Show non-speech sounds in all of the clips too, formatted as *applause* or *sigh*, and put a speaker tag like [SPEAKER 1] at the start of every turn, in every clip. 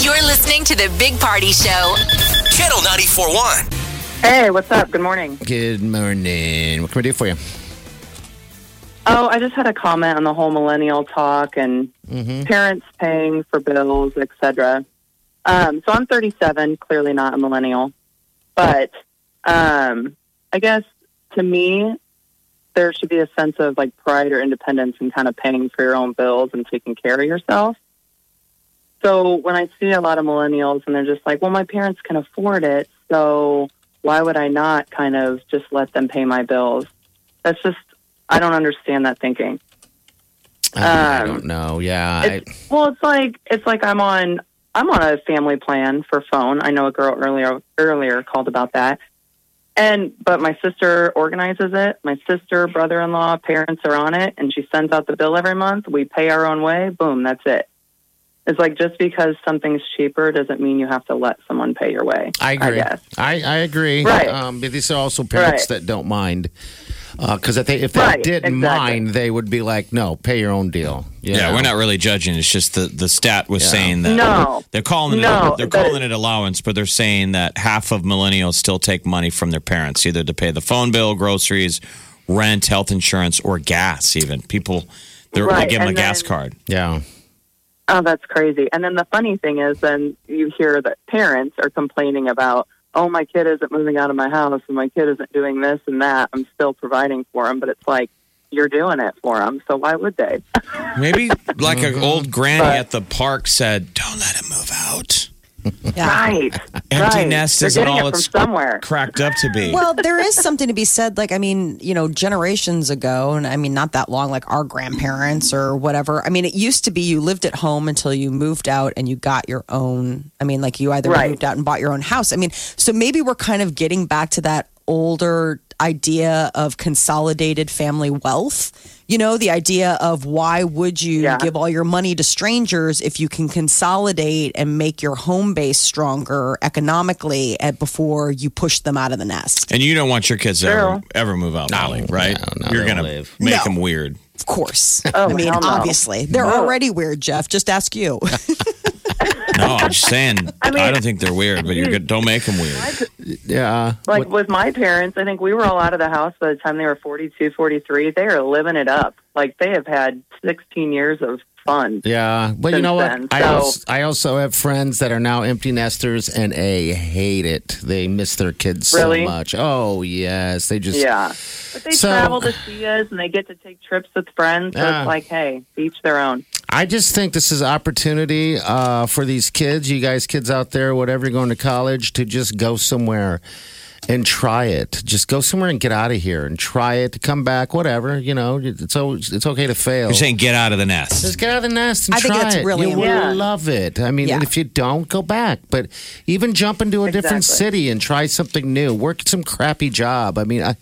[SPEAKER 1] You're listening to the Big Party Show.
[SPEAKER 2] Channel 94.1.
[SPEAKER 3] Hey, what's up? Good morning.
[SPEAKER 4] Good morning. What can we do for you?
[SPEAKER 3] Oh, I just had a comment on the whole millennial talk and parents paying for bills, etc. Um, so I'm 37, clearly not a millennial, but um, I guess to me, there should be a sense of like pride or independence and kind of paying for your own bills and taking care of yourself. So when I see a lot of millennials and they're just like, well, my parents can afford it, so why would I not kind of just let them pay my bills? That's just, I don't understand that thinking.
[SPEAKER 4] I
[SPEAKER 3] Um,
[SPEAKER 4] don't know. Yeah. I,
[SPEAKER 3] It's, well, it's like it's like I'm on I'm on a family plan for phone. I know a girl earlier earlier called about that, and but my sister organizes it. My sister, brother in law, parents are on it, and she sends out the bill every month. We pay our own way. Boom, that's it. It's like just because something's cheaper doesn't mean you have to let someone pay your way.
[SPEAKER 4] I agree. I,
[SPEAKER 3] guess.
[SPEAKER 4] I, agree.
[SPEAKER 3] Right.
[SPEAKER 4] Um, but these are also parents
[SPEAKER 3] Right.
[SPEAKER 4] that don't mind. Because if they, if they
[SPEAKER 3] Right,
[SPEAKER 4] didn't
[SPEAKER 3] exactly.
[SPEAKER 4] mind, they would be like, no, pay your own deal. You
[SPEAKER 5] Yeah,
[SPEAKER 4] know?
[SPEAKER 5] we're not really judging. It's just the, the stat was saying that
[SPEAKER 3] No.
[SPEAKER 5] they're calling it
[SPEAKER 3] No,
[SPEAKER 5] they're
[SPEAKER 3] but-
[SPEAKER 5] calling it allowance, but they're saying that half of millennials still take money from their parents either to pay the phone bill, groceries, rent, health insurance, or gas. Even people, they're,
[SPEAKER 3] Right,
[SPEAKER 5] they give them a
[SPEAKER 3] and
[SPEAKER 5] gas
[SPEAKER 3] then-
[SPEAKER 5] card.
[SPEAKER 4] Yeah.
[SPEAKER 3] Oh, that's crazy. And then the funny thing is, then you hear that parents are complaining about, oh, my kid isn't moving out of my house and my kid isn't doing this and that. I'm still providing for him. But it's like, you're doing it for them. So why would they?
[SPEAKER 5] Maybe like an old granny at the park said, "Don't let him move out."
[SPEAKER 3] *laughs* Right.
[SPEAKER 5] Empty
[SPEAKER 3] right.
[SPEAKER 5] nest
[SPEAKER 3] They're
[SPEAKER 5] isn't
[SPEAKER 3] getting
[SPEAKER 5] all
[SPEAKER 3] it
[SPEAKER 5] it's
[SPEAKER 3] from somewhere.
[SPEAKER 5] cracked up to be.
[SPEAKER 6] Well, there is something to be said. Like, I mean, you know, generations ago, and I mean, not that long, like our grandparents or whatever. I mean, it used to be you lived at home until you moved out and you got your own. I mean, like you either
[SPEAKER 3] Right.
[SPEAKER 6] moved out and bought your own house. I mean, so maybe we're kind of getting back to that older idea of consolidated family wealth. You know, the idea of why would you
[SPEAKER 3] Yeah.
[SPEAKER 6] give all your money to strangers if you can consolidate and make your home base stronger economically at, before you push them out of the nest.
[SPEAKER 5] and you don't want your kids to ever,
[SPEAKER 3] True.
[SPEAKER 5] ever move out, Molly, right?
[SPEAKER 4] no,
[SPEAKER 5] You're
[SPEAKER 4] they'll
[SPEAKER 5] gonna
[SPEAKER 4] leave.
[SPEAKER 5] make
[SPEAKER 6] No.
[SPEAKER 5] them weird. *laughs*
[SPEAKER 6] Of course.
[SPEAKER 3] Oh,
[SPEAKER 6] I mean,
[SPEAKER 3] hell no.
[SPEAKER 6] obviously. They're
[SPEAKER 3] No.
[SPEAKER 6] already weird, Jeff. Just ask you.
[SPEAKER 5] *laughs* No, I'm just saying. I,
[SPEAKER 3] mean- mm.
[SPEAKER 5] don't think they're weird, but you're good. Don't make them weird.
[SPEAKER 4] Yeah.
[SPEAKER 3] Like with my parents, I think we were all out of the house by the time they were 42, 43. They are living it up. Like they have had 16 years of fun.
[SPEAKER 4] Yeah. Well, you know what?
[SPEAKER 3] Since
[SPEAKER 4] I,
[SPEAKER 3] then, so-
[SPEAKER 4] also, I also have friends that are now empty nesters and they hate it. They miss their kids
[SPEAKER 3] Really?
[SPEAKER 4] so much. Oh, yes. They just.
[SPEAKER 3] Yeah. But they
[SPEAKER 4] So-
[SPEAKER 3] travel to see us and they get to take trips with friends. So
[SPEAKER 4] Yeah.
[SPEAKER 3] it's like, hey, each their own.
[SPEAKER 4] I just think this is opportunity uh, for these kids, you guys, kids out there, whatever you're going to college, to just go somewhere and try it. Just go somewhere and get out of here and try it. Come back, whatever. You know, it's al- it's okay to fail.
[SPEAKER 5] You're saying get out of the nest.
[SPEAKER 4] just get out of the nest and
[SPEAKER 6] I think
[SPEAKER 4] try
[SPEAKER 6] that's
[SPEAKER 4] it.
[SPEAKER 6] really
[SPEAKER 4] you will
[SPEAKER 3] important.
[SPEAKER 4] love it. I mean,
[SPEAKER 6] Yeah.
[SPEAKER 4] and if you don't, go back. But even jump into a different
[SPEAKER 3] Exactly.
[SPEAKER 4] city and try something new. Work some crappy job. I mean, I,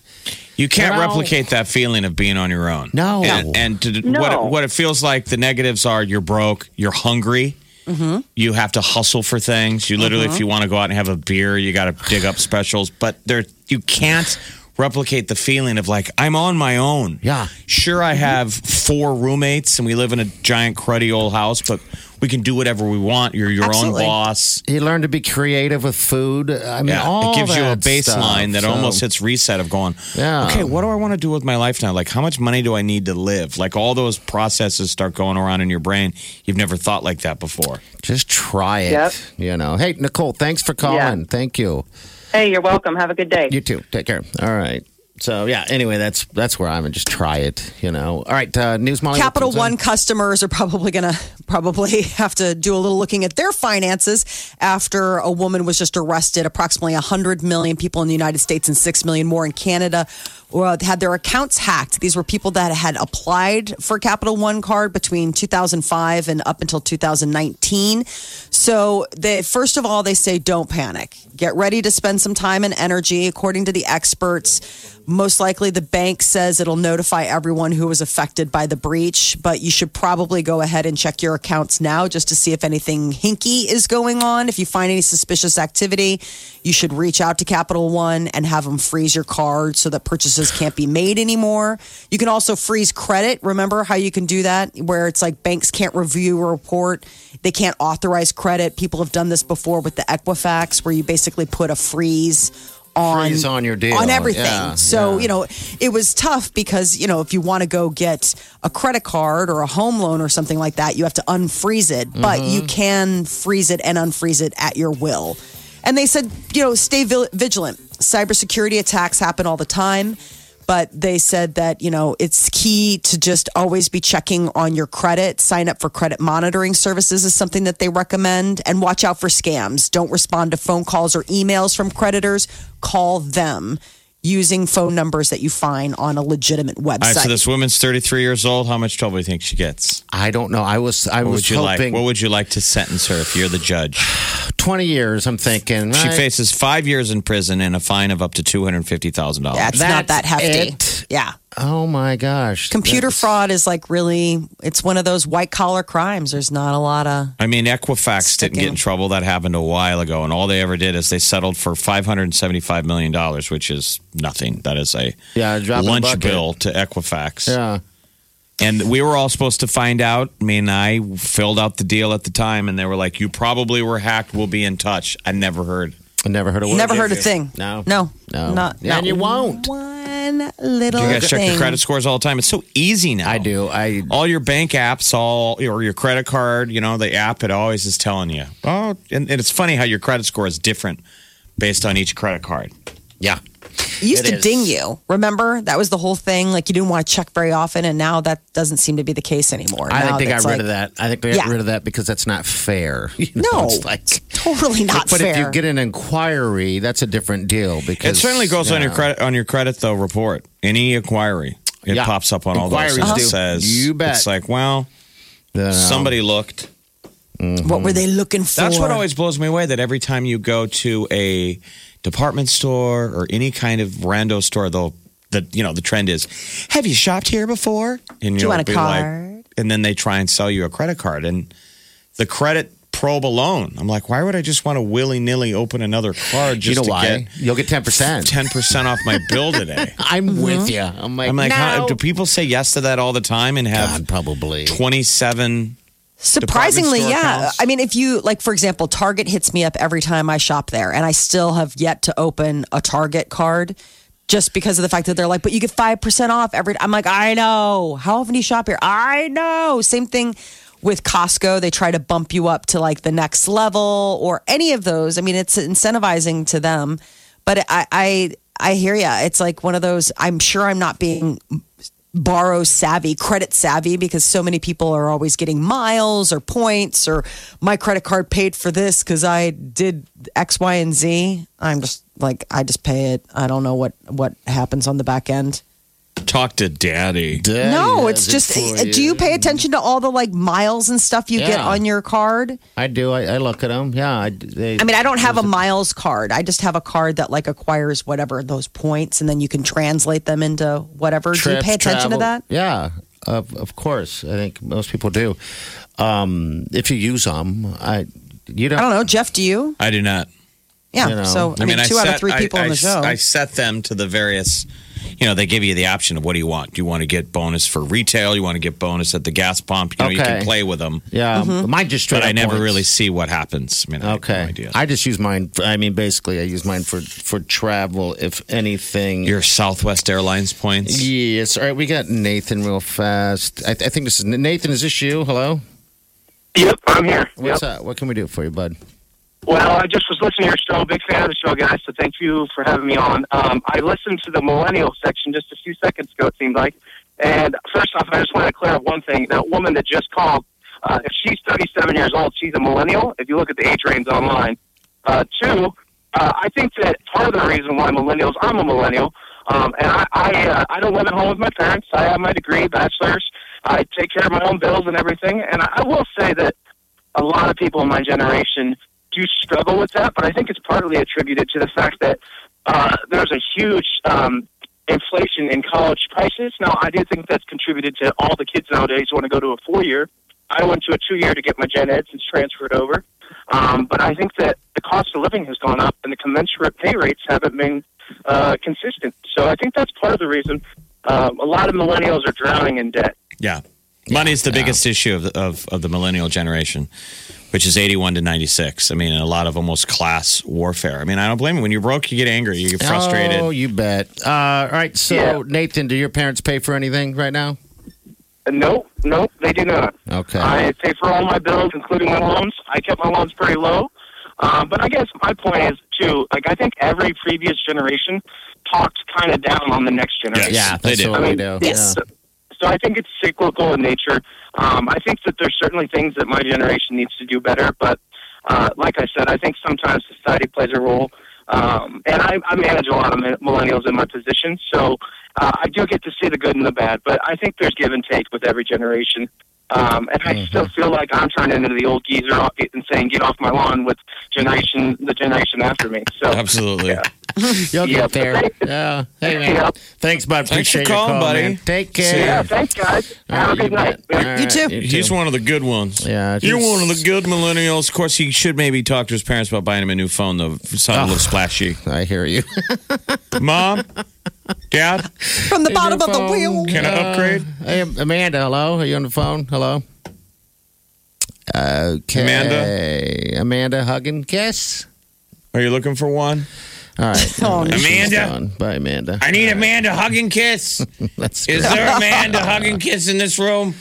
[SPEAKER 5] You can't
[SPEAKER 4] Well-
[SPEAKER 5] replicate that feeling of being on your own.
[SPEAKER 4] No.
[SPEAKER 5] And, and to,
[SPEAKER 3] No.
[SPEAKER 5] what it, what it feels like, the negatives are you're broke, you're hungry.
[SPEAKER 6] Mm-hmm.
[SPEAKER 5] You have to hustle for things. You literally, if you want to go out and have a beer, you got to dig up specials. But there, you can't replicate the feeling of like I'm on my own.
[SPEAKER 4] Yeah.
[SPEAKER 5] Sure, I have four roommates and we live in a giant cruddy old house, but we can do whatever we want. You're your
[SPEAKER 6] Absolutely.
[SPEAKER 5] own boss.
[SPEAKER 4] you learn to be creative with food. I mean,
[SPEAKER 5] Yeah,
[SPEAKER 4] all
[SPEAKER 5] it gives you a
[SPEAKER 4] that
[SPEAKER 5] baseline
[SPEAKER 4] stuff,
[SPEAKER 5] that
[SPEAKER 4] so-
[SPEAKER 5] almost hits reset of going,
[SPEAKER 4] Yeah.
[SPEAKER 5] okay, what do I want to do with my life now? Like, how much money do I need to live? Like, all those processes start going around in your brain. You've never thought like that before.
[SPEAKER 4] Just try it.
[SPEAKER 3] Yep.
[SPEAKER 4] You know. Hey, Nicole, thanks for calling.
[SPEAKER 3] Yeah.
[SPEAKER 4] Thank you.
[SPEAKER 3] Hey, you're welcome. Have a good day.
[SPEAKER 4] You too. Take care. All right. So yeah. Anyway, that's that's where I'm. And just try it. You know. All right. Uh, News Molly. what
[SPEAKER 6] Capital
[SPEAKER 4] comes in?
[SPEAKER 6] One customers are probably going to probably *laughs* have to do a little looking at their finances after a woman was just arrested. Approximately 100 million people in the United States and 6 million more in Canada uh, had their accounts hacked. These were people that had applied for Capital One card between 2005 and up until 2019. So, they, first of all, they say don't panic. Get ready to spend some time and energy. According to the experts, most likely the bank says it'll notify everyone who was affected by the breach, but you should probably go ahead and check your accounts now just to see if anything hinky is going on. If you find any suspicious activity, you should reach out to Capital One and have them freeze your card so that purchases can't be made anymore. You can also freeze credit. Remember how you can do that where it's like banks can't review a report, they can't authorize credit. People have done this before with the Equifax where you basically put a freeze on
[SPEAKER 4] Freeze on your deal.
[SPEAKER 6] on everything.
[SPEAKER 4] Yeah,
[SPEAKER 6] so
[SPEAKER 4] yeah.
[SPEAKER 6] you know it was tough because you know if you want to go get a credit card or a home loan or something like that, you have to unfreeze it. But you can freeze it and unfreeze it at your will. And they said you know stay vil- vigilant. Cybersecurity attacks happen all the time. But they said that, you know, it's key to just always be checking on your credit. Sign up for credit monitoring services is something that they recommend and watch out for scams. Don't respond to phone calls or emails from creditors. Call them using phone numbers that you find on a legitimate website.
[SPEAKER 5] All right, so this woman's 33 years old. How much trouble do you think she gets?
[SPEAKER 4] I don't know. I was I
[SPEAKER 5] What
[SPEAKER 4] was
[SPEAKER 5] would you
[SPEAKER 4] hoping
[SPEAKER 5] like? What would you like to sentence her if you're the judge?
[SPEAKER 4] 20 years. I'm thinking.
[SPEAKER 5] She
[SPEAKER 4] right?
[SPEAKER 5] faces five years in prison and a fine of up to two hundred fifty thousand dollars.
[SPEAKER 6] That's, not that
[SPEAKER 4] That's
[SPEAKER 6] hefty.
[SPEAKER 4] it.
[SPEAKER 6] Yeah.
[SPEAKER 4] Oh my gosh.
[SPEAKER 6] Computer
[SPEAKER 4] That's-
[SPEAKER 6] fraud is like really, it's one of those white collar crimes. There's not a lot of.
[SPEAKER 5] I mean, Equifax didn't get
[SPEAKER 6] Sticking.
[SPEAKER 5] in trouble. That happened a while ago, and all they ever did is they settled for five hundred and seventy-five million dollars, which is nothing. That is a
[SPEAKER 4] Yeah, a drop in the
[SPEAKER 5] lunch
[SPEAKER 4] bucket.
[SPEAKER 5] bill to Equifax.
[SPEAKER 4] Yeah.
[SPEAKER 5] And we were all supposed to find out. I mean, I filled out the deal at the time, and they were like, "You probably were hacked. We'll be in touch." I never heard.
[SPEAKER 4] I never heard of.
[SPEAKER 6] Never heard a thing.
[SPEAKER 4] No.
[SPEAKER 6] No.
[SPEAKER 4] No.
[SPEAKER 6] Not,
[SPEAKER 4] Yeah,
[SPEAKER 6] not
[SPEAKER 4] and you won't.
[SPEAKER 6] One little
[SPEAKER 5] You guys check
[SPEAKER 6] thing.
[SPEAKER 5] your credit scores all the time. It's so easy now.
[SPEAKER 4] I do. I
[SPEAKER 5] all your bank apps, all or your credit card, you know, the app, it always is telling you. Oh, and, and it's funny how your credit score is different based on each credit card.
[SPEAKER 4] yeah.
[SPEAKER 6] It used
[SPEAKER 4] It
[SPEAKER 6] to
[SPEAKER 4] is.
[SPEAKER 6] ding you. Remember? That was the whole thing. Like you didn't want to check very often, and now that doesn't seem to be the case anymore.
[SPEAKER 4] I
[SPEAKER 6] Now
[SPEAKER 4] think they got
[SPEAKER 6] that's
[SPEAKER 4] rid of
[SPEAKER 6] like-
[SPEAKER 4] that. I think they got
[SPEAKER 6] Yeah.
[SPEAKER 4] rid of that because that's not fair. *laughs* You
[SPEAKER 6] No,
[SPEAKER 4] know, it's like
[SPEAKER 6] totally not
[SPEAKER 4] but
[SPEAKER 6] fair.
[SPEAKER 4] if you get an inquiry, that's a different deal
[SPEAKER 5] It
[SPEAKER 4] because
[SPEAKER 5] certainly goes on
[SPEAKER 4] yeah.
[SPEAKER 5] your credit on your credit though report. Any inquiry, it
[SPEAKER 4] Yeah.
[SPEAKER 5] pops up on all those.
[SPEAKER 4] Inquiries
[SPEAKER 5] and it
[SPEAKER 4] do.
[SPEAKER 5] says
[SPEAKER 4] You bet.
[SPEAKER 5] It's like, well,
[SPEAKER 4] No.
[SPEAKER 5] somebody looked.
[SPEAKER 4] Mm-hmm.
[SPEAKER 6] what were they looking for?
[SPEAKER 5] That's what always blows me away. That every time you go to a department store or any kind of rando store, they'll the you know the trend is, have you shopped here before? And
[SPEAKER 6] Do you
[SPEAKER 5] you'll
[SPEAKER 6] want a
[SPEAKER 5] be
[SPEAKER 6] card?
[SPEAKER 5] Like, and then they try and sell you a credit card and the credit probe alone. I'm like, why would I just want to willy nilly open another card
[SPEAKER 4] You
[SPEAKER 5] just
[SPEAKER 4] know
[SPEAKER 5] to
[SPEAKER 4] why? You'll get ten
[SPEAKER 5] get
[SPEAKER 4] percent.
[SPEAKER 5] ten percent off my bill today?
[SPEAKER 4] *laughs* I'm
[SPEAKER 6] Mm-hmm.
[SPEAKER 4] with you. I'm like,
[SPEAKER 5] I'm like, how,
[SPEAKER 6] *laughs*
[SPEAKER 4] no.
[SPEAKER 5] do people say yes to that all the time and have
[SPEAKER 4] God, probably.
[SPEAKER 5] twenty seven?
[SPEAKER 6] Surprisingly,
[SPEAKER 5] department store
[SPEAKER 6] yeah.
[SPEAKER 5] accounts?
[SPEAKER 6] I mean, if you like, for example, Target hits me up every time I shop there, and I still have yet to open a Target card. Just because of the fact that they're like, but you get five percent off every. I'm like, I know. How often do you shop here? I know. Same thing with Costco. They try to bump you up to like the next level or any of those. I mean, it's incentivizing to them. But I, I, I hear you. It's like one of those. I'm sure I'm not being borrow savvy, credit savvy, because so many people are always getting miles or points or my credit card paid for this because I did X, Y, and Z. I'm just like, I just pay it. I don't know what what happens on the back end.
[SPEAKER 5] Talk to daddy.
[SPEAKER 4] Daddy
[SPEAKER 6] no,
[SPEAKER 4] does
[SPEAKER 6] it's
[SPEAKER 4] it
[SPEAKER 6] just. eh,
[SPEAKER 4] for
[SPEAKER 6] do you pay attention to all the like miles and stuff you get
[SPEAKER 4] Yeah.
[SPEAKER 6] on your card?
[SPEAKER 4] I do. I, I look at them. Yeah. I, they,
[SPEAKER 6] I mean, I don't have a miles card. I just have a card that like acquires whatever those points, and then you can translate them into whatever. do you
[SPEAKER 4] trips,
[SPEAKER 6] pay attention
[SPEAKER 4] travel.
[SPEAKER 6] to that?
[SPEAKER 4] Yeah, of, of course. I think most people do. Um, if you use them, I you don't.
[SPEAKER 6] I don't know, Jeff. Do you?
[SPEAKER 5] I do not.
[SPEAKER 6] Yeah.
[SPEAKER 4] You know.
[SPEAKER 6] so I mean, two out of three people
[SPEAKER 5] I,
[SPEAKER 6] on the
[SPEAKER 5] I-
[SPEAKER 6] show.
[SPEAKER 5] I set them to the various. You know, they give you the option of what do you want? Do you want to get bonus for retail? You want to get bonus at the gas pump? You know, you
[SPEAKER 4] Okay.
[SPEAKER 5] can play with them,
[SPEAKER 4] Yeah,
[SPEAKER 7] Mm-hmm.
[SPEAKER 4] mine just straight.
[SPEAKER 5] but I
[SPEAKER 4] up
[SPEAKER 5] never
[SPEAKER 4] points.
[SPEAKER 5] really see what happens. I mean, I have no
[SPEAKER 4] Okay,
[SPEAKER 5] idea.
[SPEAKER 4] I just use mine. For, I mean, basically, I use mine for for travel, if anything.
[SPEAKER 5] Your Southwest Airlines points.
[SPEAKER 4] yes. All right, we got Nathan real fast. I, I think this is Nathan. Is this you? Hello.
[SPEAKER 7] Yep, I'm here.
[SPEAKER 4] What's up? What can we do for you, bud?
[SPEAKER 7] Well, I just was listening to your show. Big fan of the show, guys. So thank you for having me on. Um, I listened to the millennial section just a few seconds ago. It seemed like. And first off, I just want to clear up one thing. That woman that just called, uh, if she's 37 years old, she's a millennial. If you look at the age range online. Uh, two, uh, I think that part of the reason why millennials, I'm a millennial, um, and I I, uh, I don't live at home with my parents. I have my degree, bachelor's. I take care of my own bills and everything. And I, I will say that a lot of people in my generation do struggle with that, but I think it's partly attributed to the fact that uh, there's a huge um, inflation in college prices. Now, I do think that's contributed to all the kids nowadays who want to go to a four year. I went to a two year to get my gen ed since transferred over. Um, but I think that the cost of living has gone up and the commensurate pay rates haven't been uh, consistent. So I think that's part of the reason um, a lot of millennials are drowning in debt.
[SPEAKER 5] Yeah. Money is the biggest issue of, of, of the millennial generation, which is 81 to 96. I mean, and a lot of almost class warfare. I mean, I don't blame you. When you're broke, you get angry, you get frustrated.
[SPEAKER 4] Oh, you bet. Uh, all right. So,
[SPEAKER 7] Yeah.
[SPEAKER 4] Nathan, do your parents pay for anything right now?
[SPEAKER 7] Uh, Nope, nope, they do not.
[SPEAKER 4] Okay.
[SPEAKER 7] I pay for all my bills, including my loans. I kept my loans pretty low. Um, but I guess my point is too. Like I think every previous generation talked kind of down on the next generation.
[SPEAKER 4] yeah,
[SPEAKER 5] they
[SPEAKER 4] that's
[SPEAKER 5] do.
[SPEAKER 4] what
[SPEAKER 7] I
[SPEAKER 4] we
[SPEAKER 7] mean,
[SPEAKER 4] do.
[SPEAKER 6] yes.
[SPEAKER 4] Yeah.
[SPEAKER 7] So I think it's cyclical in nature. Um, I think that there's certainly things that my generation needs to do better, but uh, like I said, I think sometimes society plays a role. Um, and I, I manage a lot of mi- millennials in my position, so uh, I do get to see the good and the bad. But I think there's give and take with every generation. Um, and I still feel like I'm turning into the old geezer off- and saying, "Get off my lawn!" with generation the generation after me. So
[SPEAKER 5] Absolutely.
[SPEAKER 4] *laughs* You'll
[SPEAKER 7] Yeah,
[SPEAKER 4] get there.
[SPEAKER 7] but they-
[SPEAKER 4] Yeah. Hey, man.
[SPEAKER 7] Yeah.
[SPEAKER 4] Thanhanks, bud.
[SPEAKER 5] Thanks for
[SPEAKER 4] Appreciate
[SPEAKER 5] calling,
[SPEAKER 4] your call,
[SPEAKER 5] buddy.
[SPEAKER 4] man. Take
[SPEAKER 5] See
[SPEAKER 4] care.
[SPEAKER 7] yeah, thanks guys.
[SPEAKER 4] uh,
[SPEAKER 7] Have a good night.
[SPEAKER 4] You
[SPEAKER 6] too.
[SPEAKER 5] He's one of the good ones.
[SPEAKER 4] Yeah,
[SPEAKER 5] You're
[SPEAKER 4] he's-
[SPEAKER 5] one of the good millennials. Of course, he should maybe talk to his parents about buying him a new phone, though. It sounded a little splashy.
[SPEAKER 4] Oh, I hear you. *laughs*
[SPEAKER 5] Mom? Dad?
[SPEAKER 6] From the bottom of the wheel.
[SPEAKER 5] Can I upgrade?
[SPEAKER 4] Hey, Amanda, hello? Are you on the phone? Hello? Okay.
[SPEAKER 5] Amanda?
[SPEAKER 4] Amanda Huggin. Yes.
[SPEAKER 5] Are you looking for one?
[SPEAKER 4] All right.
[SPEAKER 6] *laughs* Oh, no.
[SPEAKER 4] She's
[SPEAKER 5] Amanda?
[SPEAKER 4] gone. Bye, Amanda.
[SPEAKER 5] I need Amanda hug and
[SPEAKER 6] *laughs*
[SPEAKER 5] kiss.
[SPEAKER 4] That's
[SPEAKER 5] Is
[SPEAKER 4] great.
[SPEAKER 5] there a man to hug and kiss in this room?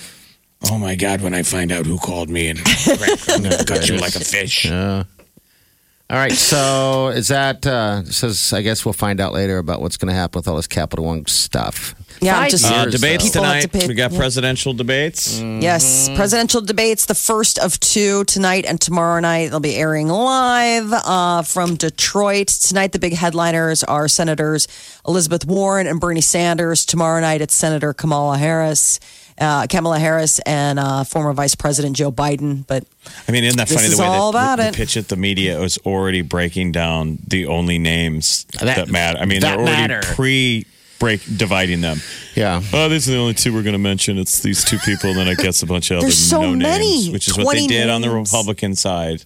[SPEAKER 5] Oh my God! When I find out who called me and *laughs* cut you like a fish.
[SPEAKER 4] All right. So is that uh, says? I guess we'll find out later about what's going to happen with all this Capital One stuff.
[SPEAKER 6] Yeah,
[SPEAKER 4] Five
[SPEAKER 6] just-
[SPEAKER 5] Uh,
[SPEAKER 4] years,
[SPEAKER 5] debates
[SPEAKER 4] though.
[SPEAKER 6] People have
[SPEAKER 5] tonight.
[SPEAKER 6] to pay-
[SPEAKER 5] we got
[SPEAKER 6] yeah.
[SPEAKER 5] presidential debates.
[SPEAKER 4] Mm-hmm.
[SPEAKER 6] Yes, presidential debates, the first of two tonight and tomorrow night. They'll be airing live uh, from Detroit. Tonight, the big headliners are Senators Elizabeth Warren and Bernie Sanders. Tomorrow night, it's Senator Kamala Harris. Uh, Kamala Harris and uh, former Vice President Joe Biden, but
[SPEAKER 5] I mean, isn't that
[SPEAKER 6] This
[SPEAKER 5] funny?
[SPEAKER 6] is
[SPEAKER 5] the way
[SPEAKER 6] all
[SPEAKER 5] that
[SPEAKER 6] about
[SPEAKER 5] the,
[SPEAKER 6] it.
[SPEAKER 5] the pitch at the media is already breaking down the only names that,
[SPEAKER 4] That-
[SPEAKER 5] matter. I mean,
[SPEAKER 4] that
[SPEAKER 5] they're already
[SPEAKER 4] matter.
[SPEAKER 5] pre break dividing them.
[SPEAKER 4] Yeah.
[SPEAKER 5] Oh, these are the only two we're going to mention. It's these two people, and then I guess a bunch of other
[SPEAKER 6] There's so
[SPEAKER 5] no names,
[SPEAKER 6] many.
[SPEAKER 5] which is what they
[SPEAKER 6] 20
[SPEAKER 5] did on the
[SPEAKER 6] names.
[SPEAKER 5] Republican side.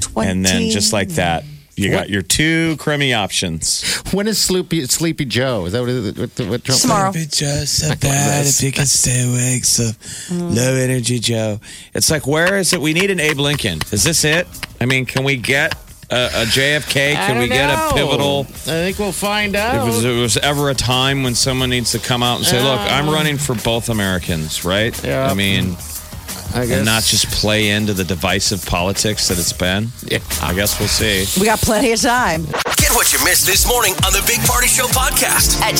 [SPEAKER 6] 20.
[SPEAKER 5] And then just like that, you got your two crummy options.
[SPEAKER 4] When is Sleepy Sleepy Joe? Is that what, it- what, what Trump?
[SPEAKER 6] Tomorrow.
[SPEAKER 5] Be just about if you can stay awake. So low energy, Joe. It's like, where is it? We need an Abe Lincoln. Is this it? I mean, can we get a, a JFK?
[SPEAKER 4] I
[SPEAKER 5] Can we
[SPEAKER 4] don't
[SPEAKER 5] get a
[SPEAKER 4] know.
[SPEAKER 5] pivotal?
[SPEAKER 4] I think we'll find
[SPEAKER 5] If
[SPEAKER 4] out.
[SPEAKER 5] it was, there was ever a time when someone needs to come out and say, "Look, I'm running for both Americans," right?
[SPEAKER 4] Yeah.
[SPEAKER 5] I mean,
[SPEAKER 4] I guess.
[SPEAKER 5] and not just play into the divisive politics that it's been.
[SPEAKER 4] Yeah.
[SPEAKER 5] I guess we'll see.
[SPEAKER 6] we got plenty of time.
[SPEAKER 2] Get what you missed this morning on the Big Party Show podcast.
[SPEAKER 1] At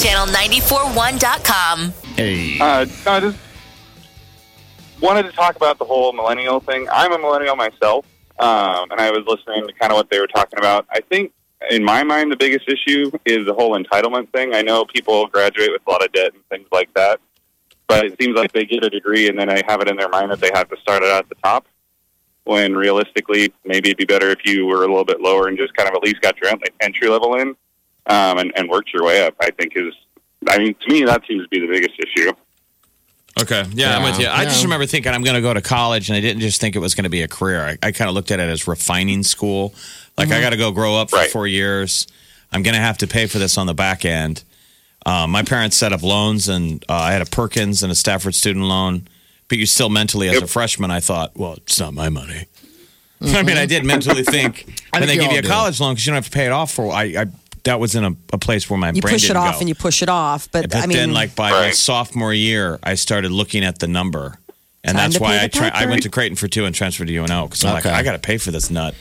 [SPEAKER 1] channel941.com.
[SPEAKER 4] Hey.
[SPEAKER 7] Uh, I just wanted to talk about the whole millennial thing. I'm a millennial myself, um, and I was listening to kind of what they were talking about. I think, in my mind, the biggest issue is the whole entitlement thing. I know people graduate with a lot of debt and things like that, but it seems like they get a degree and then they have it in their mind that they have to start it out at the top. When realistically, maybe it'd be better if you were a little bit lower and just kind of at least got your en- entry level in um, and, and worked your way up. I think is, I mean, to me, that seems to be the biggest issue.
[SPEAKER 5] Okay. Yeah, I'm with you. I just
[SPEAKER 4] Yeah.
[SPEAKER 5] remember thinking I'm going to go to college, and I didn't just think it was going to be a career. I, I kind of looked at it as refining school. Like, I got to go grow up for
[SPEAKER 7] Mm-hmm. Right.
[SPEAKER 5] four years. I'm going to have to pay for this on the back end. Um, my parents set up loans, and uh, I had a Perkins and a Stafford student loan. But you still mentally, as a freshman, I thought, well, it's not my money. *laughs* I mean, I did mentally think,
[SPEAKER 4] Mm-hmm. *laughs* I
[SPEAKER 5] and
[SPEAKER 4] think
[SPEAKER 5] they
[SPEAKER 4] you
[SPEAKER 5] give you
[SPEAKER 4] all
[SPEAKER 5] a
[SPEAKER 4] do.
[SPEAKER 5] college loan because you don't have to pay it off for. I, I that was in a, a place where my
[SPEAKER 6] You
[SPEAKER 5] brain
[SPEAKER 6] push it
[SPEAKER 5] didn't
[SPEAKER 6] off
[SPEAKER 5] go.
[SPEAKER 6] and you push it off, but,
[SPEAKER 5] But
[SPEAKER 6] I mean,
[SPEAKER 5] then, like by my
[SPEAKER 7] Right.
[SPEAKER 5] sophomore year, I started looking at the number, and
[SPEAKER 6] Time
[SPEAKER 5] that's
[SPEAKER 6] to pay
[SPEAKER 5] why I
[SPEAKER 6] the
[SPEAKER 5] tra- I
[SPEAKER 6] piper.
[SPEAKER 5] went to Creighton for two and transferred to UNO because I'm like,
[SPEAKER 4] Okay.
[SPEAKER 5] I got to pay for this nut.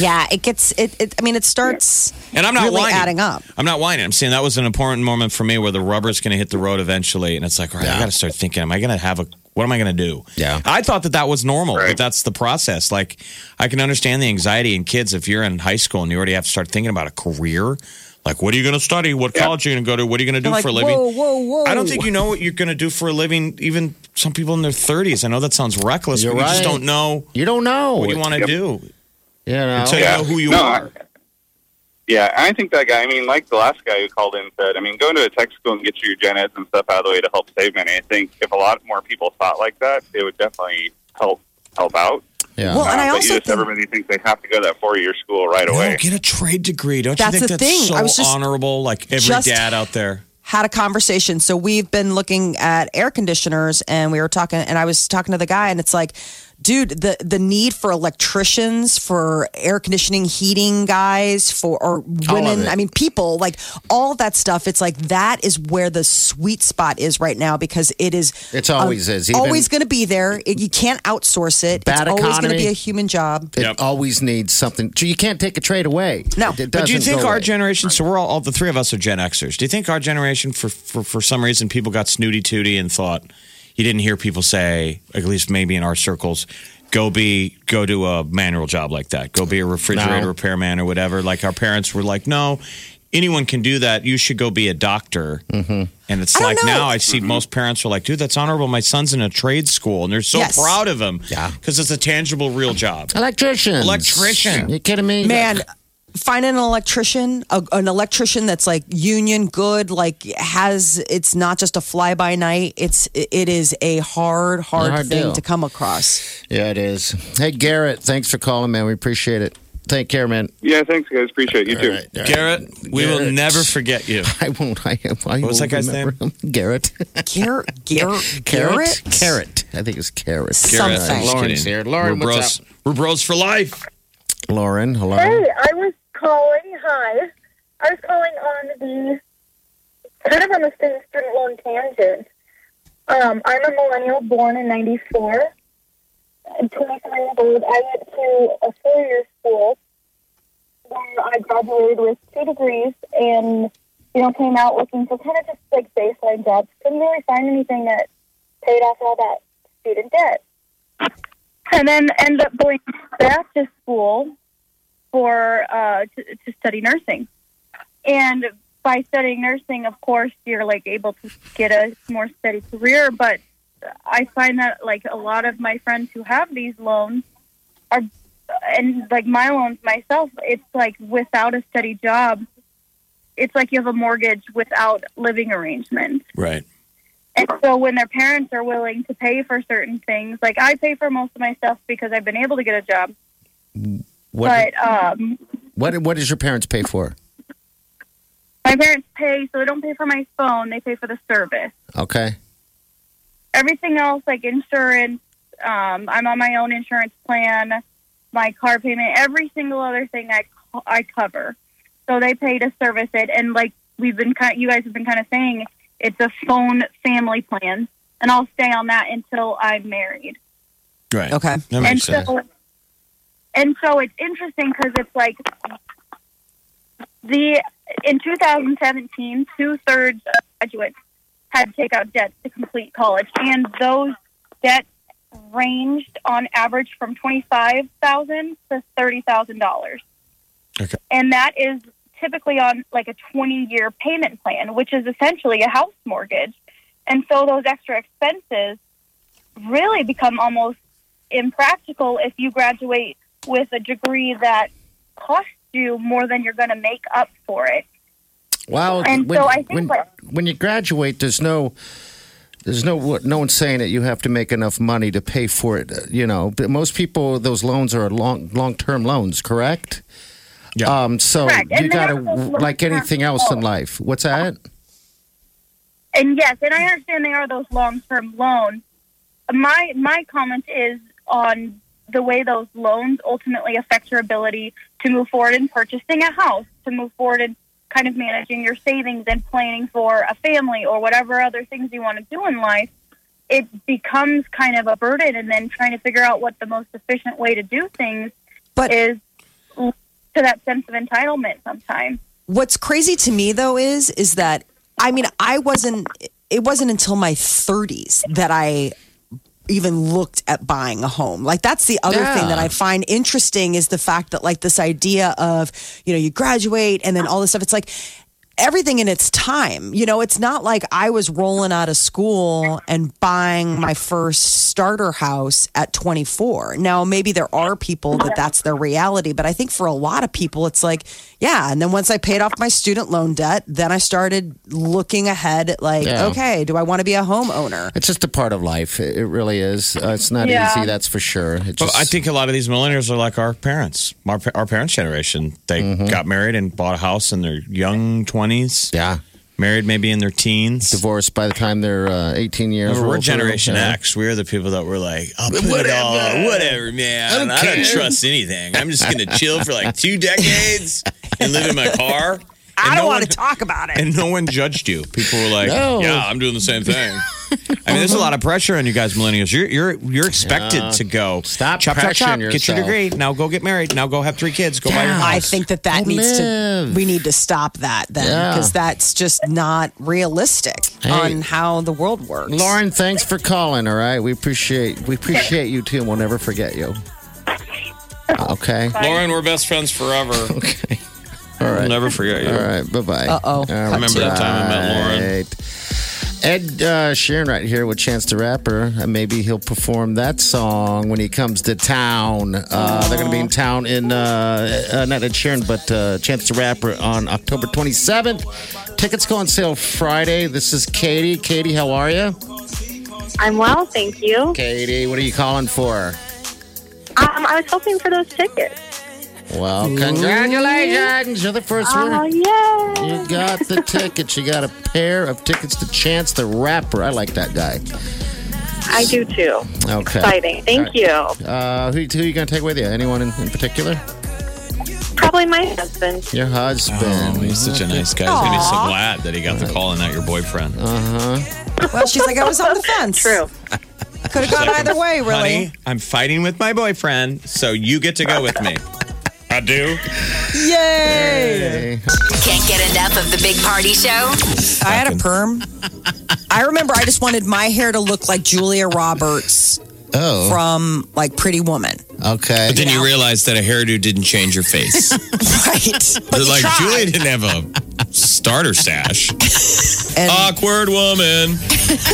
[SPEAKER 6] Yeah, it gets it. it I mean, it starts
[SPEAKER 5] And I'm not
[SPEAKER 6] really
[SPEAKER 5] whining.
[SPEAKER 6] adding up.
[SPEAKER 5] I'm not whining. I'm saying that was an important moment for me where the rubber's going to hit the road eventually, and it's like, all right, I got to start thinking. Am I going to have a? What am I going to do? Yeah. I thought that that was normal, but that's the process. Like, I can understand the anxiety in kids if you're in high school and you already have to start thinking about a career. Like, what are you going to study? What college are you going to go to? What are you going to do
[SPEAKER 6] You're like,
[SPEAKER 5] for a living?
[SPEAKER 6] Whoa, whoa, whoa!
[SPEAKER 5] I don't think you know what you're going to do for a living. Even some people in their 30s. I know that sounds reckless,
[SPEAKER 4] You're
[SPEAKER 5] but you just
[SPEAKER 4] right.
[SPEAKER 5] don't know
[SPEAKER 4] You don't know.
[SPEAKER 5] what you want to do
[SPEAKER 4] You know?
[SPEAKER 5] until
[SPEAKER 8] Yeah.
[SPEAKER 5] you know who you
[SPEAKER 8] No,
[SPEAKER 5] are.
[SPEAKER 8] I- yeah, I think that guy. I mean, like the last guy who called in said. I mean, going to a tech school and get your gen eds and stuff out of the way to help save money. I think if a lot more people thought like that, it would definitely help help out.
[SPEAKER 4] Yeah.
[SPEAKER 6] Well, and
[SPEAKER 8] Uh,
[SPEAKER 6] I
[SPEAKER 8] but
[SPEAKER 6] also
[SPEAKER 8] you just,
[SPEAKER 6] think-
[SPEAKER 8] everybody thinks they have to go to that four year school right
[SPEAKER 5] No,
[SPEAKER 8] away.
[SPEAKER 5] get a trade degree. Don't
[SPEAKER 6] That's
[SPEAKER 5] you think
[SPEAKER 6] the
[SPEAKER 5] that's
[SPEAKER 6] thing.
[SPEAKER 5] so
[SPEAKER 6] I was just-
[SPEAKER 5] honorable? Like every
[SPEAKER 6] just-
[SPEAKER 5] dad out there.
[SPEAKER 6] had a conversation. So we've been looking at air conditioners and we were talking and I was talking to the guy and it's like, dude, the the need for electricians, for air conditioning, heating guys, for or women,
[SPEAKER 4] it.
[SPEAKER 6] I mean people, like all that stuff, it's like that is where the sweet spot is right now because it is
[SPEAKER 4] It's always is. Even-
[SPEAKER 6] always going to be there. It, you can't outsource it.
[SPEAKER 4] Bad
[SPEAKER 6] it's always going to
[SPEAKER 4] economy.
[SPEAKER 6] be a human job.
[SPEAKER 4] It
[SPEAKER 5] Yep.
[SPEAKER 4] always needs something. So you can't take a trade away.
[SPEAKER 6] No.
[SPEAKER 4] It
[SPEAKER 5] But do you
[SPEAKER 4] doesn't
[SPEAKER 5] think
[SPEAKER 4] go
[SPEAKER 5] our
[SPEAKER 4] away.
[SPEAKER 5] generation? So we're all, all the three of us are Gen Xers. Do you think our generation, for for, for some reason, people got snooty tooty and thought you didn't hear people say, at least maybe in our circles, go be go do a manual job like that, go be a refrigerator
[SPEAKER 4] No.
[SPEAKER 5] repairman or whatever. Like our parents were like, no. Anyone can do that. You should go be a doctor.
[SPEAKER 4] Mm-hmm.
[SPEAKER 5] And it's
[SPEAKER 6] I don't
[SPEAKER 5] like
[SPEAKER 6] know.
[SPEAKER 5] now I see most parents are like, dude, that's honorable. My son's in a trade school and they're so
[SPEAKER 6] Yes.
[SPEAKER 5] proud of him.
[SPEAKER 4] Yeah.
[SPEAKER 5] Because it's a tangible, real job.
[SPEAKER 4] Electricians.
[SPEAKER 5] Electrician.
[SPEAKER 4] You kidding me?
[SPEAKER 6] man finding an electrician a, an electrician that's like union good like has it's not just a fly by night it's it is a hard hard,
[SPEAKER 4] Hard
[SPEAKER 6] thing
[SPEAKER 4] deal.
[SPEAKER 6] to come across
[SPEAKER 4] Yeah, it is. Hey, Garrett, thanks for calling, man. We appreciate it. Take care, man.
[SPEAKER 8] Yeah, thanks, guys. Appreciate you too.
[SPEAKER 4] All right, all right.
[SPEAKER 5] Garrett, we will
[SPEAKER 4] Garrett.
[SPEAKER 5] never forget you.
[SPEAKER 4] *laughs* I won't. I, I
[SPEAKER 5] What was
[SPEAKER 4] will
[SPEAKER 5] that guy's
[SPEAKER 4] remember Him. Garrett. *laughs*
[SPEAKER 6] Gar- Gar-
[SPEAKER 4] Carrot?
[SPEAKER 6] Garrett
[SPEAKER 4] Carrot. I think it's carrot.
[SPEAKER 6] Garrett.
[SPEAKER 4] All right,
[SPEAKER 6] Something.
[SPEAKER 4] Lauren's here. Lauren,
[SPEAKER 5] we're
[SPEAKER 4] what's
[SPEAKER 5] bros. We're bros for life.
[SPEAKER 4] up? Lauren, hello.
[SPEAKER 9] Hey, I was calling. Hi, I was calling on the kind of on the same student loan tangent. Um, I'm a millennial, born in '94. I'm 23 years old. I went to a four-year school where I graduated with two degrees, and you know, came out looking for kind of just like baseline jobs. Couldn't really find anything that paid off all that student debt, and then ended up going back to school for uh, to, to study nursing. And by studying nursing, of course, you're like able to get a more steady career. But I find that like a lot of my friends who have these loans are, and like my loans myself, it's like without a steady job, it's like you have a mortgage without living arrangements.
[SPEAKER 5] Right.
[SPEAKER 9] And so when their parents are willing to pay for certain things, like I pay for most of my stuff because I've been able to get a job.
[SPEAKER 4] What,
[SPEAKER 9] but um,
[SPEAKER 4] what, what does your parents pay for?
[SPEAKER 9] My parents pay, so they don't pay for my phone. They pay for the service.
[SPEAKER 4] Okay.
[SPEAKER 9] Everything else, like insurance, um, I'm on my own insurance plan, my car payment, every single other thing I co- I cover. So they pay to service it, and like we've been, kind, you guys have been kind of saying, it's a phone family plan, and I'll stay on that until I'm married.
[SPEAKER 5] Right.
[SPEAKER 6] okay
[SPEAKER 5] That
[SPEAKER 9] and
[SPEAKER 5] makes sense.
[SPEAKER 9] so, and so it's interesting because it's like the in 2017, two thirds of graduates had to take out debt to complete college, and those debts ranged on average from twenty five thousand to thirty thousand dollars.
[SPEAKER 5] Okay.
[SPEAKER 9] and that is typically on like a 20 year payment plan, which is essentially a house mortgage, and so those extra expenses really become almost impractical if you graduate with a degree that costs you more than you're going to make up for it.
[SPEAKER 4] Wow.
[SPEAKER 9] And
[SPEAKER 4] when,
[SPEAKER 9] so I think
[SPEAKER 4] when,
[SPEAKER 9] what-
[SPEAKER 4] when you graduate, there's no. There's no what- no one's saying that you have to make enough money to pay for it. uh, You know, but most people those loans are long long term loans, correct?
[SPEAKER 5] Yeah.
[SPEAKER 4] Um, so
[SPEAKER 9] Correct. And
[SPEAKER 4] you
[SPEAKER 9] they
[SPEAKER 4] gotta
[SPEAKER 9] are those
[SPEAKER 4] like
[SPEAKER 9] long-term
[SPEAKER 4] anything else in
[SPEAKER 9] loans.
[SPEAKER 4] life. What's that?
[SPEAKER 9] And yes, and I understand they are those long-term loans. My my comment is on the way those loans ultimately affect your ability to move forward in purchasing a house, to move forward in kind of managing your savings and planning for a family or whatever other things you want to do in life. It becomes kind of a burden, and then trying to figure out what the most efficient way to do things
[SPEAKER 6] but
[SPEAKER 9] is to that sense of entitlement sometimes.
[SPEAKER 6] What's crazy to me though is is that I mean I wasn't it wasn't until my 30s that I even looked at buying a home. Like that's the other
[SPEAKER 10] Yeah.
[SPEAKER 6] thing that I find interesting is the fact that like this idea of, you know, you graduate and then all this stuff it's like everything in its time. You know, it's not like I was rolling out of school and buying my first starter house at 24. Now, maybe there are people that that's their reality, but I think for a lot of people, it's like, yeah. And then once I paid off my student loan debt, then I started looking ahead at like,
[SPEAKER 4] Yeah.
[SPEAKER 6] okay, do I want to be a homeowner?
[SPEAKER 4] It's just a part of life. It it really is. Uh, it's not
[SPEAKER 6] Yeah.
[SPEAKER 4] easy, that's for sure. It
[SPEAKER 5] But
[SPEAKER 4] just,
[SPEAKER 5] I think a lot of these millennials are like our parents, our, pa- our parents' generation. They got married and bought a house in their young 20s.
[SPEAKER 4] Yeah.
[SPEAKER 5] Married maybe in their teens.
[SPEAKER 4] Divorced by the time they're uh, 18 years
[SPEAKER 5] Remember,
[SPEAKER 4] old.
[SPEAKER 5] we're Generation
[SPEAKER 4] Yeah.
[SPEAKER 5] X. We're the people that were like, I'll put
[SPEAKER 4] Whatever.
[SPEAKER 5] it all, whatever, man.
[SPEAKER 4] I
[SPEAKER 5] I
[SPEAKER 4] don't
[SPEAKER 5] don't,
[SPEAKER 4] care."
[SPEAKER 5] trust anything. I'm just going to chill for like two decades and live in my car. And
[SPEAKER 6] I don't
[SPEAKER 5] no
[SPEAKER 6] want
[SPEAKER 5] one-
[SPEAKER 6] to talk about it.
[SPEAKER 5] And no one judged you. People were like,
[SPEAKER 6] No.
[SPEAKER 5] "Yeah, I'm doing the
[SPEAKER 4] *laughs*
[SPEAKER 5] same thing." I mean, there's a lot of pressure on you guys, millennials. You're you're you're expected
[SPEAKER 4] Uh-huh. Yeah.
[SPEAKER 5] to go
[SPEAKER 4] Stop
[SPEAKER 5] chop chop chop,
[SPEAKER 4] pressuring
[SPEAKER 5] get your
[SPEAKER 4] yourself.
[SPEAKER 5] degree. Now go get married. Now go have three kids. Go buy your
[SPEAKER 6] I
[SPEAKER 5] house.
[SPEAKER 6] think that that
[SPEAKER 4] Go
[SPEAKER 6] needs
[SPEAKER 4] live.
[SPEAKER 6] to we need to stop that then
[SPEAKER 4] Yeah.
[SPEAKER 6] because that's just not realistic
[SPEAKER 4] Hey.
[SPEAKER 6] on how the world works.
[SPEAKER 4] Lauren, thanks for calling. All right, we appreciate we appreciate you too. and We'll never forget you. Okay.
[SPEAKER 5] Lauren, we're best friends forever.
[SPEAKER 4] *laughs* okay. All right.
[SPEAKER 5] never forget you.
[SPEAKER 4] All right. Bye bye.
[SPEAKER 5] Uh-oh. Remember that time I met Lauren?
[SPEAKER 4] Ed uh, Sheeran right here with Chance the Rapper. Uh, maybe he'll perform that song when he comes to town. Uh, they're going to be in town in, uh, uh, not Ed Sheeran, but uh, Chance the Rapper on October 27th. Tickets go on sale Friday. This is Katie. Katie, how are you?
[SPEAKER 11] I'm well, thank you. Um,
[SPEAKER 4] Katie, what are you calling for?
[SPEAKER 11] I was hoping for those tickets.
[SPEAKER 4] Well, congratulations. You're the first
[SPEAKER 11] Oh,
[SPEAKER 4] winner.
[SPEAKER 11] yeah.
[SPEAKER 4] You got the tickets. You got a pair of tickets to Chance the Rapper. I like that guy.
[SPEAKER 11] I do too.
[SPEAKER 4] Okay.
[SPEAKER 11] Exciting. Thank
[SPEAKER 4] you. Uh, who, who are you going to take with you? Anyone in, in particular?
[SPEAKER 11] Probably my husband.
[SPEAKER 4] Your husband.
[SPEAKER 5] Oh, he's such a nice guy. He's gonna be so glad that he got the call and not your boyfriend.
[SPEAKER 4] Uh huh.
[SPEAKER 6] Well, she's like, I was on the fence. Uh-huh. True. Could have gone either way, really.
[SPEAKER 5] Honey, I'm fighting with my boyfriend, so you get to go with me. I do.
[SPEAKER 6] Yay!
[SPEAKER 1] Can't get enough of the Big Party Show.
[SPEAKER 6] I had a perm. I remember I just wanted my hair to look like Julia Roberts
[SPEAKER 4] oh.
[SPEAKER 6] from like Pretty Woman.
[SPEAKER 5] Oh.
[SPEAKER 4] Okay.
[SPEAKER 12] But then you realize that a hairdo didn't change your face.
[SPEAKER 6] *laughs* right.
[SPEAKER 12] But like Julia didn't have a starter sash. awkward woman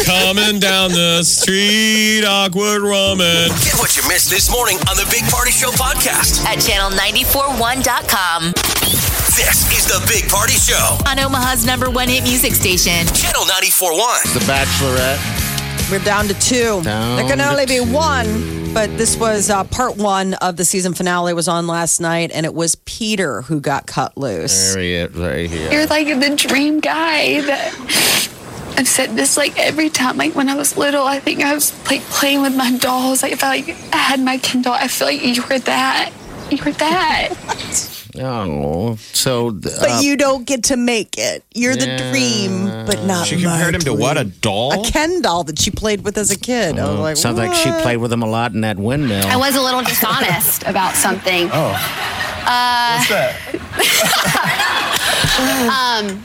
[SPEAKER 12] coming down the street. Awkward woman.
[SPEAKER 2] Get what you missed this morning on the Big Party Show podcast.
[SPEAKER 1] At channel941.com.
[SPEAKER 2] This is the Big Party Show.
[SPEAKER 1] On Omaha's number one hit music station.
[SPEAKER 2] Channel 94.1.
[SPEAKER 4] The Bachelorette.
[SPEAKER 6] We're down to two. there can
[SPEAKER 4] to
[SPEAKER 6] only be one, but this was uh, part one of the season finale. Was on last night, and it was Peter who got cut loose.
[SPEAKER 4] There he is, right here.
[SPEAKER 13] You're like the dream guy that I've said this like every time. Like when I was little, I think I was like playing with my dolls. Like if I like I had my Kindle, I feel like you were that. You were that.
[SPEAKER 4] Oh. So.
[SPEAKER 6] But you don't get to make it. You're the dream, but not.
[SPEAKER 5] She compared
[SPEAKER 6] my
[SPEAKER 5] him to what? A doll?
[SPEAKER 6] A Ken doll that she played with as a kid. I was like,
[SPEAKER 4] Mm. sounds like she
[SPEAKER 6] "What?"
[SPEAKER 4] played with him a lot in that windmill.
[SPEAKER 13] I was a
[SPEAKER 4] *laughs*
[SPEAKER 13] little dishonest about something.
[SPEAKER 4] Oh.
[SPEAKER 13] Uh,
[SPEAKER 4] What's that?
[SPEAKER 13] *laughs* um,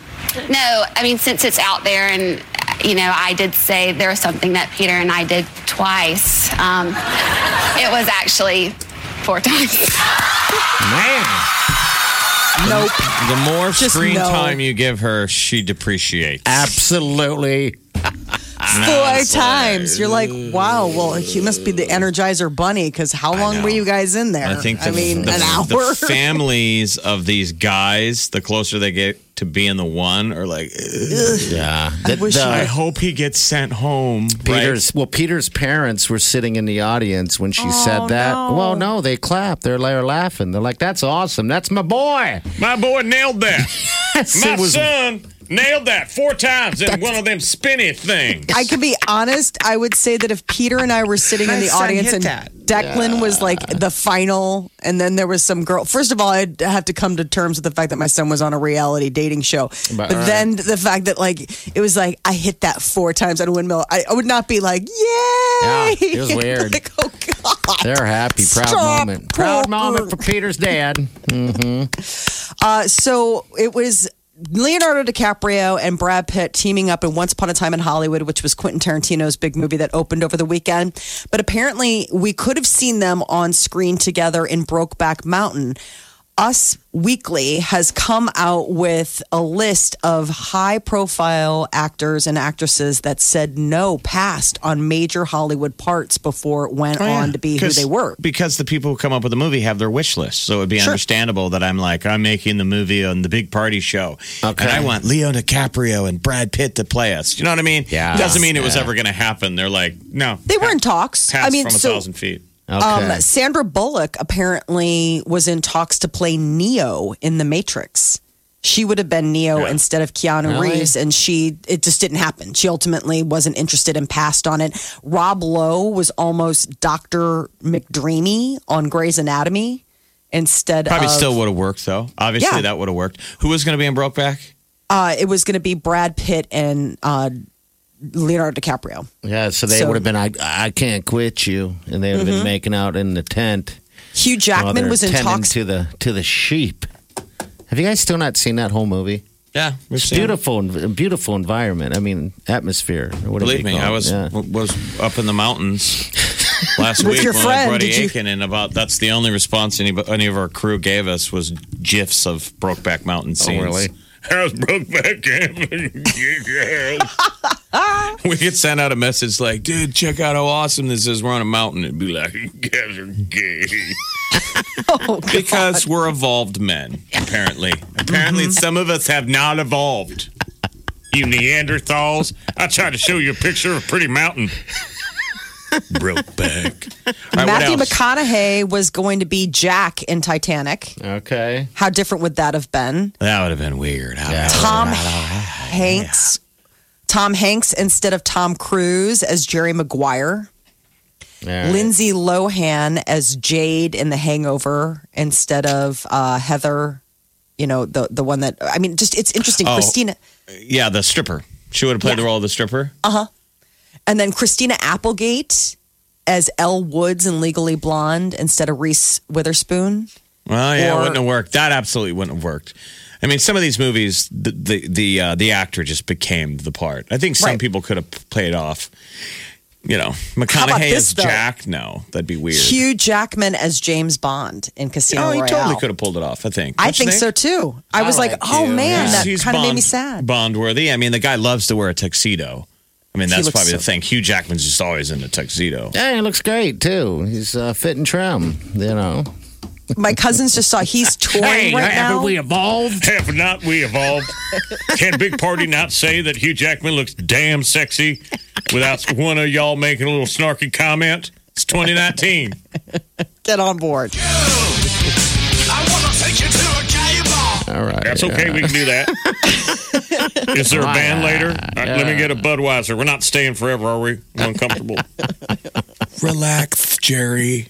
[SPEAKER 13] no, I mean, since it's out there, and you know, I did say there was something that Peter and I did twice. Um, it was actually four times.
[SPEAKER 4] Man.
[SPEAKER 6] Nope.
[SPEAKER 5] The more
[SPEAKER 6] Just
[SPEAKER 5] screen
[SPEAKER 6] no.
[SPEAKER 5] time you give her, she depreciates.
[SPEAKER 4] Absolutely.
[SPEAKER 6] Four times. You're like, wow. Well, he must be the Energizer Bunny because how long were you guys in there?
[SPEAKER 5] I think the,
[SPEAKER 6] I mean,
[SPEAKER 5] the-
[SPEAKER 6] an hour.
[SPEAKER 5] the families of these guys, the closer they get to being the one, are like, "Ugh."
[SPEAKER 4] Yeah. The-
[SPEAKER 5] wish
[SPEAKER 4] the-
[SPEAKER 5] I hope he gets sent home.
[SPEAKER 4] Peter's well, Peter's parents were sitting in the audience when she
[SPEAKER 6] Oh,
[SPEAKER 4] said that. Well, no, they clapped. They're, they're *laughs* laughing. They're like, "That's awesome. That's my boy.
[SPEAKER 5] My boy nailed that.
[SPEAKER 4] My son
[SPEAKER 5] Nailed that four times in one of them spinny things.
[SPEAKER 6] I could be honest. I would say that if Peter and I were sitting in
[SPEAKER 5] My
[SPEAKER 6] the
[SPEAKER 5] son
[SPEAKER 6] audience
[SPEAKER 5] hit
[SPEAKER 6] and
[SPEAKER 5] that.
[SPEAKER 6] Declan was like the final, and then there was some girl. First of all, I'd have to come to terms with the fact that my son was on a reality dating show. But,
[SPEAKER 4] But, all
[SPEAKER 6] then the fact that like it was like I hit that four times on a windmill. I, I would not be like, yay! *laughs*
[SPEAKER 4] Yeah, it was weird.
[SPEAKER 6] Like, oh god.
[SPEAKER 4] They're happy, proud
[SPEAKER 6] Stop
[SPEAKER 4] moment. Proud
[SPEAKER 6] poor-
[SPEAKER 4] moment for Peter's dad. Mm-hmm.
[SPEAKER 6] Uh, so it was Leonardo DiCaprio and Brad Pitt teaming up in Once Upon a Time in Hollywood, which was Quentin Tarantino's big movie that opened over the weekend. But apparently, we could have seen them on screen together in Brokeback Mountain. Us Weekly has come out with a list of high profile actors and actresses that said no, passed on major Hollywood parts before it went on to be who they were.
[SPEAKER 5] Oh, Because the people who come up with the movie have their wish list. So it would be understandable that I'm like, I'm making the movie on the big party show.
[SPEAKER 4] Okay.
[SPEAKER 5] And I want Leo DiCaprio and Brad Pitt to play us. You know what I mean? Yeah. Doesn't mean it was
[SPEAKER 4] Yeah.
[SPEAKER 5] ever going to happen. They're like, no.
[SPEAKER 6] They were in talks.
[SPEAKER 5] Pass
[SPEAKER 6] I mean,
[SPEAKER 5] from
[SPEAKER 6] so
[SPEAKER 5] a thousand feet.
[SPEAKER 6] Um, Sandra Bullock apparently was in talks to play Neo in The Matrix. She would have been Neo instead of Keanu
[SPEAKER 10] Really?
[SPEAKER 6] Reeves, and she it just didn't happen. She ultimately wasn't interested and passed on it. Rob Lowe was almost Doctor McDreamy on Grey's Anatomy instead.
[SPEAKER 5] Probably
[SPEAKER 6] of,
[SPEAKER 5] still would have worked, though. Obviously,
[SPEAKER 6] Yeah.
[SPEAKER 5] that would have worked. Who was going to be in Brokeback?
[SPEAKER 6] Uh, it was going to be Brad Pitt and uh, Leonardo DiCaprio.
[SPEAKER 4] Yeah, so they
[SPEAKER 6] So-
[SPEAKER 4] would have been, I, I can't quit you. And they would have
[SPEAKER 6] Mhm.
[SPEAKER 4] been making out in the tent.
[SPEAKER 6] Hugh
[SPEAKER 4] while
[SPEAKER 6] Jackman
[SPEAKER 4] they're
[SPEAKER 6] was in
[SPEAKER 4] tending
[SPEAKER 6] talks.
[SPEAKER 4] to the to the sheep. Have you guys still not seen that whole movie?
[SPEAKER 5] Yeah,
[SPEAKER 4] It's beautiful, beautiful environment. I mean, atmosphere. Or whatever
[SPEAKER 5] Believe
[SPEAKER 4] you
[SPEAKER 5] me,
[SPEAKER 4] call
[SPEAKER 5] I
[SPEAKER 4] it.
[SPEAKER 5] was
[SPEAKER 4] Yeah.
[SPEAKER 5] was up in the mountains
[SPEAKER 4] *laughs*
[SPEAKER 5] last
[SPEAKER 4] With
[SPEAKER 5] week
[SPEAKER 4] your
[SPEAKER 5] when
[SPEAKER 4] friend,
[SPEAKER 5] I was
[SPEAKER 4] did you-
[SPEAKER 5] Aiken, and about that's the only response any any of our crew gave us was gifs of Brokeback Mountain
[SPEAKER 4] Oh,
[SPEAKER 5] scenes.
[SPEAKER 4] really?
[SPEAKER 5] How's Brokeback Mountain? *laughs* we could send out a message like, "Dude, check out how awesome this is. We're on a mountain." It'd be like, "You *laughs* guys are *laughs* gay," because we're evolved men. Apparently, apparently, some of us have not evolved. Mm-hmm. You Neanderthals. I tried to show you a picture of a pretty mountain. Broke back. All right, what
[SPEAKER 6] Matthew
[SPEAKER 5] else?
[SPEAKER 6] McConaughey was going to be Jack in Titanic.
[SPEAKER 4] Okay.
[SPEAKER 6] How different would that have been?
[SPEAKER 5] That would have been weird.
[SPEAKER 6] Tom Hanks. Tom Hanks instead of Tom Cruise as Jerry Maguire. Lindsay Lohan as Jade in The Hangover instead of uh, Heather, you know, the the one that I mean just it's interesting
[SPEAKER 5] Oh.
[SPEAKER 6] Christina
[SPEAKER 5] Yeah, the stripper. She would have played the role of the stripper.
[SPEAKER 6] Uh-huh. And then Christina Applegate as Elle Woods in Legally Blonde instead of Reese Witherspoon.
[SPEAKER 5] Well, yeah, it
[SPEAKER 6] Or-
[SPEAKER 5] wouldn't have worked. That absolutely wouldn't have worked. I mean, some of these movies, the the the, uh, the actor just became the part. I think some
[SPEAKER 6] Right.
[SPEAKER 5] people could have played off. You know,
[SPEAKER 6] How about
[SPEAKER 5] McConaughey
[SPEAKER 6] this,
[SPEAKER 5] as
[SPEAKER 6] though?
[SPEAKER 5] Jack. No, that'd be weird.
[SPEAKER 6] Hugh Jackman as James Bond in Casino
[SPEAKER 5] oh, he
[SPEAKER 6] Royale.
[SPEAKER 5] totally could have pulled it off. I think.
[SPEAKER 6] I
[SPEAKER 5] Don't you
[SPEAKER 6] think, so too. I, was like, oh man,
[SPEAKER 5] Yeah.
[SPEAKER 6] that
[SPEAKER 5] He's
[SPEAKER 6] kind of made me
[SPEAKER 5] Bond-
[SPEAKER 6] sad.
[SPEAKER 5] Bond-worthy. I mean, the guy loves to wear a tuxedo. I mean,
[SPEAKER 4] He
[SPEAKER 5] that's
[SPEAKER 4] looks
[SPEAKER 5] probably
[SPEAKER 4] so-
[SPEAKER 5] the thing. Hugh Jackman's just always in a tuxedo.
[SPEAKER 4] Yeah, he looks great too. He's uh, fit and trim. You know.
[SPEAKER 6] My cousins just saw he's touring right now.
[SPEAKER 5] evolved? Have not we evolved? Can Big Party not say that Hugh Jackman looks damn sexy without one of y'all making a little snarky comment? It's 2019.
[SPEAKER 6] Get on board.
[SPEAKER 4] All right.
[SPEAKER 5] That's okay. We can do that. Is there a band later? All right, Let me get a Budweiser. We're not staying forever, are we? I'm uncomfortable. Relax, Jerry.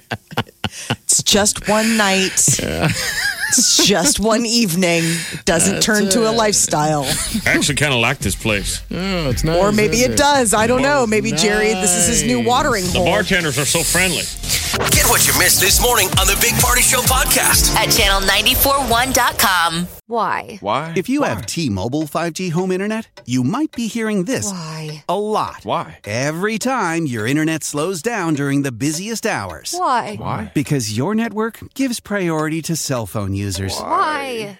[SPEAKER 6] It's just one night. it's just one evening. It *laughs* doesn't
[SPEAKER 5] That's
[SPEAKER 6] turn to a
[SPEAKER 5] it.
[SPEAKER 6] lifestyle.
[SPEAKER 5] I actually kind of like this place.
[SPEAKER 4] Oh, it's nice,
[SPEAKER 6] or maybe
[SPEAKER 4] isn't
[SPEAKER 6] it does. I don't know. Maybe Jerry, this is his new watering
[SPEAKER 5] The
[SPEAKER 6] hole.
[SPEAKER 5] bartenders are so friendly.
[SPEAKER 2] Get what you missed this morning on the Big Party Show podcast.
[SPEAKER 1] At channel941.com. Why?
[SPEAKER 14] Why? If you have T-Mobile 5G home internet, you might be hearing this
[SPEAKER 1] Why?
[SPEAKER 14] a lot. Why? Every time your internet slows down during the busiest hours.
[SPEAKER 1] Why?
[SPEAKER 14] Because your network gives priority to cell phone users.
[SPEAKER 1] Why?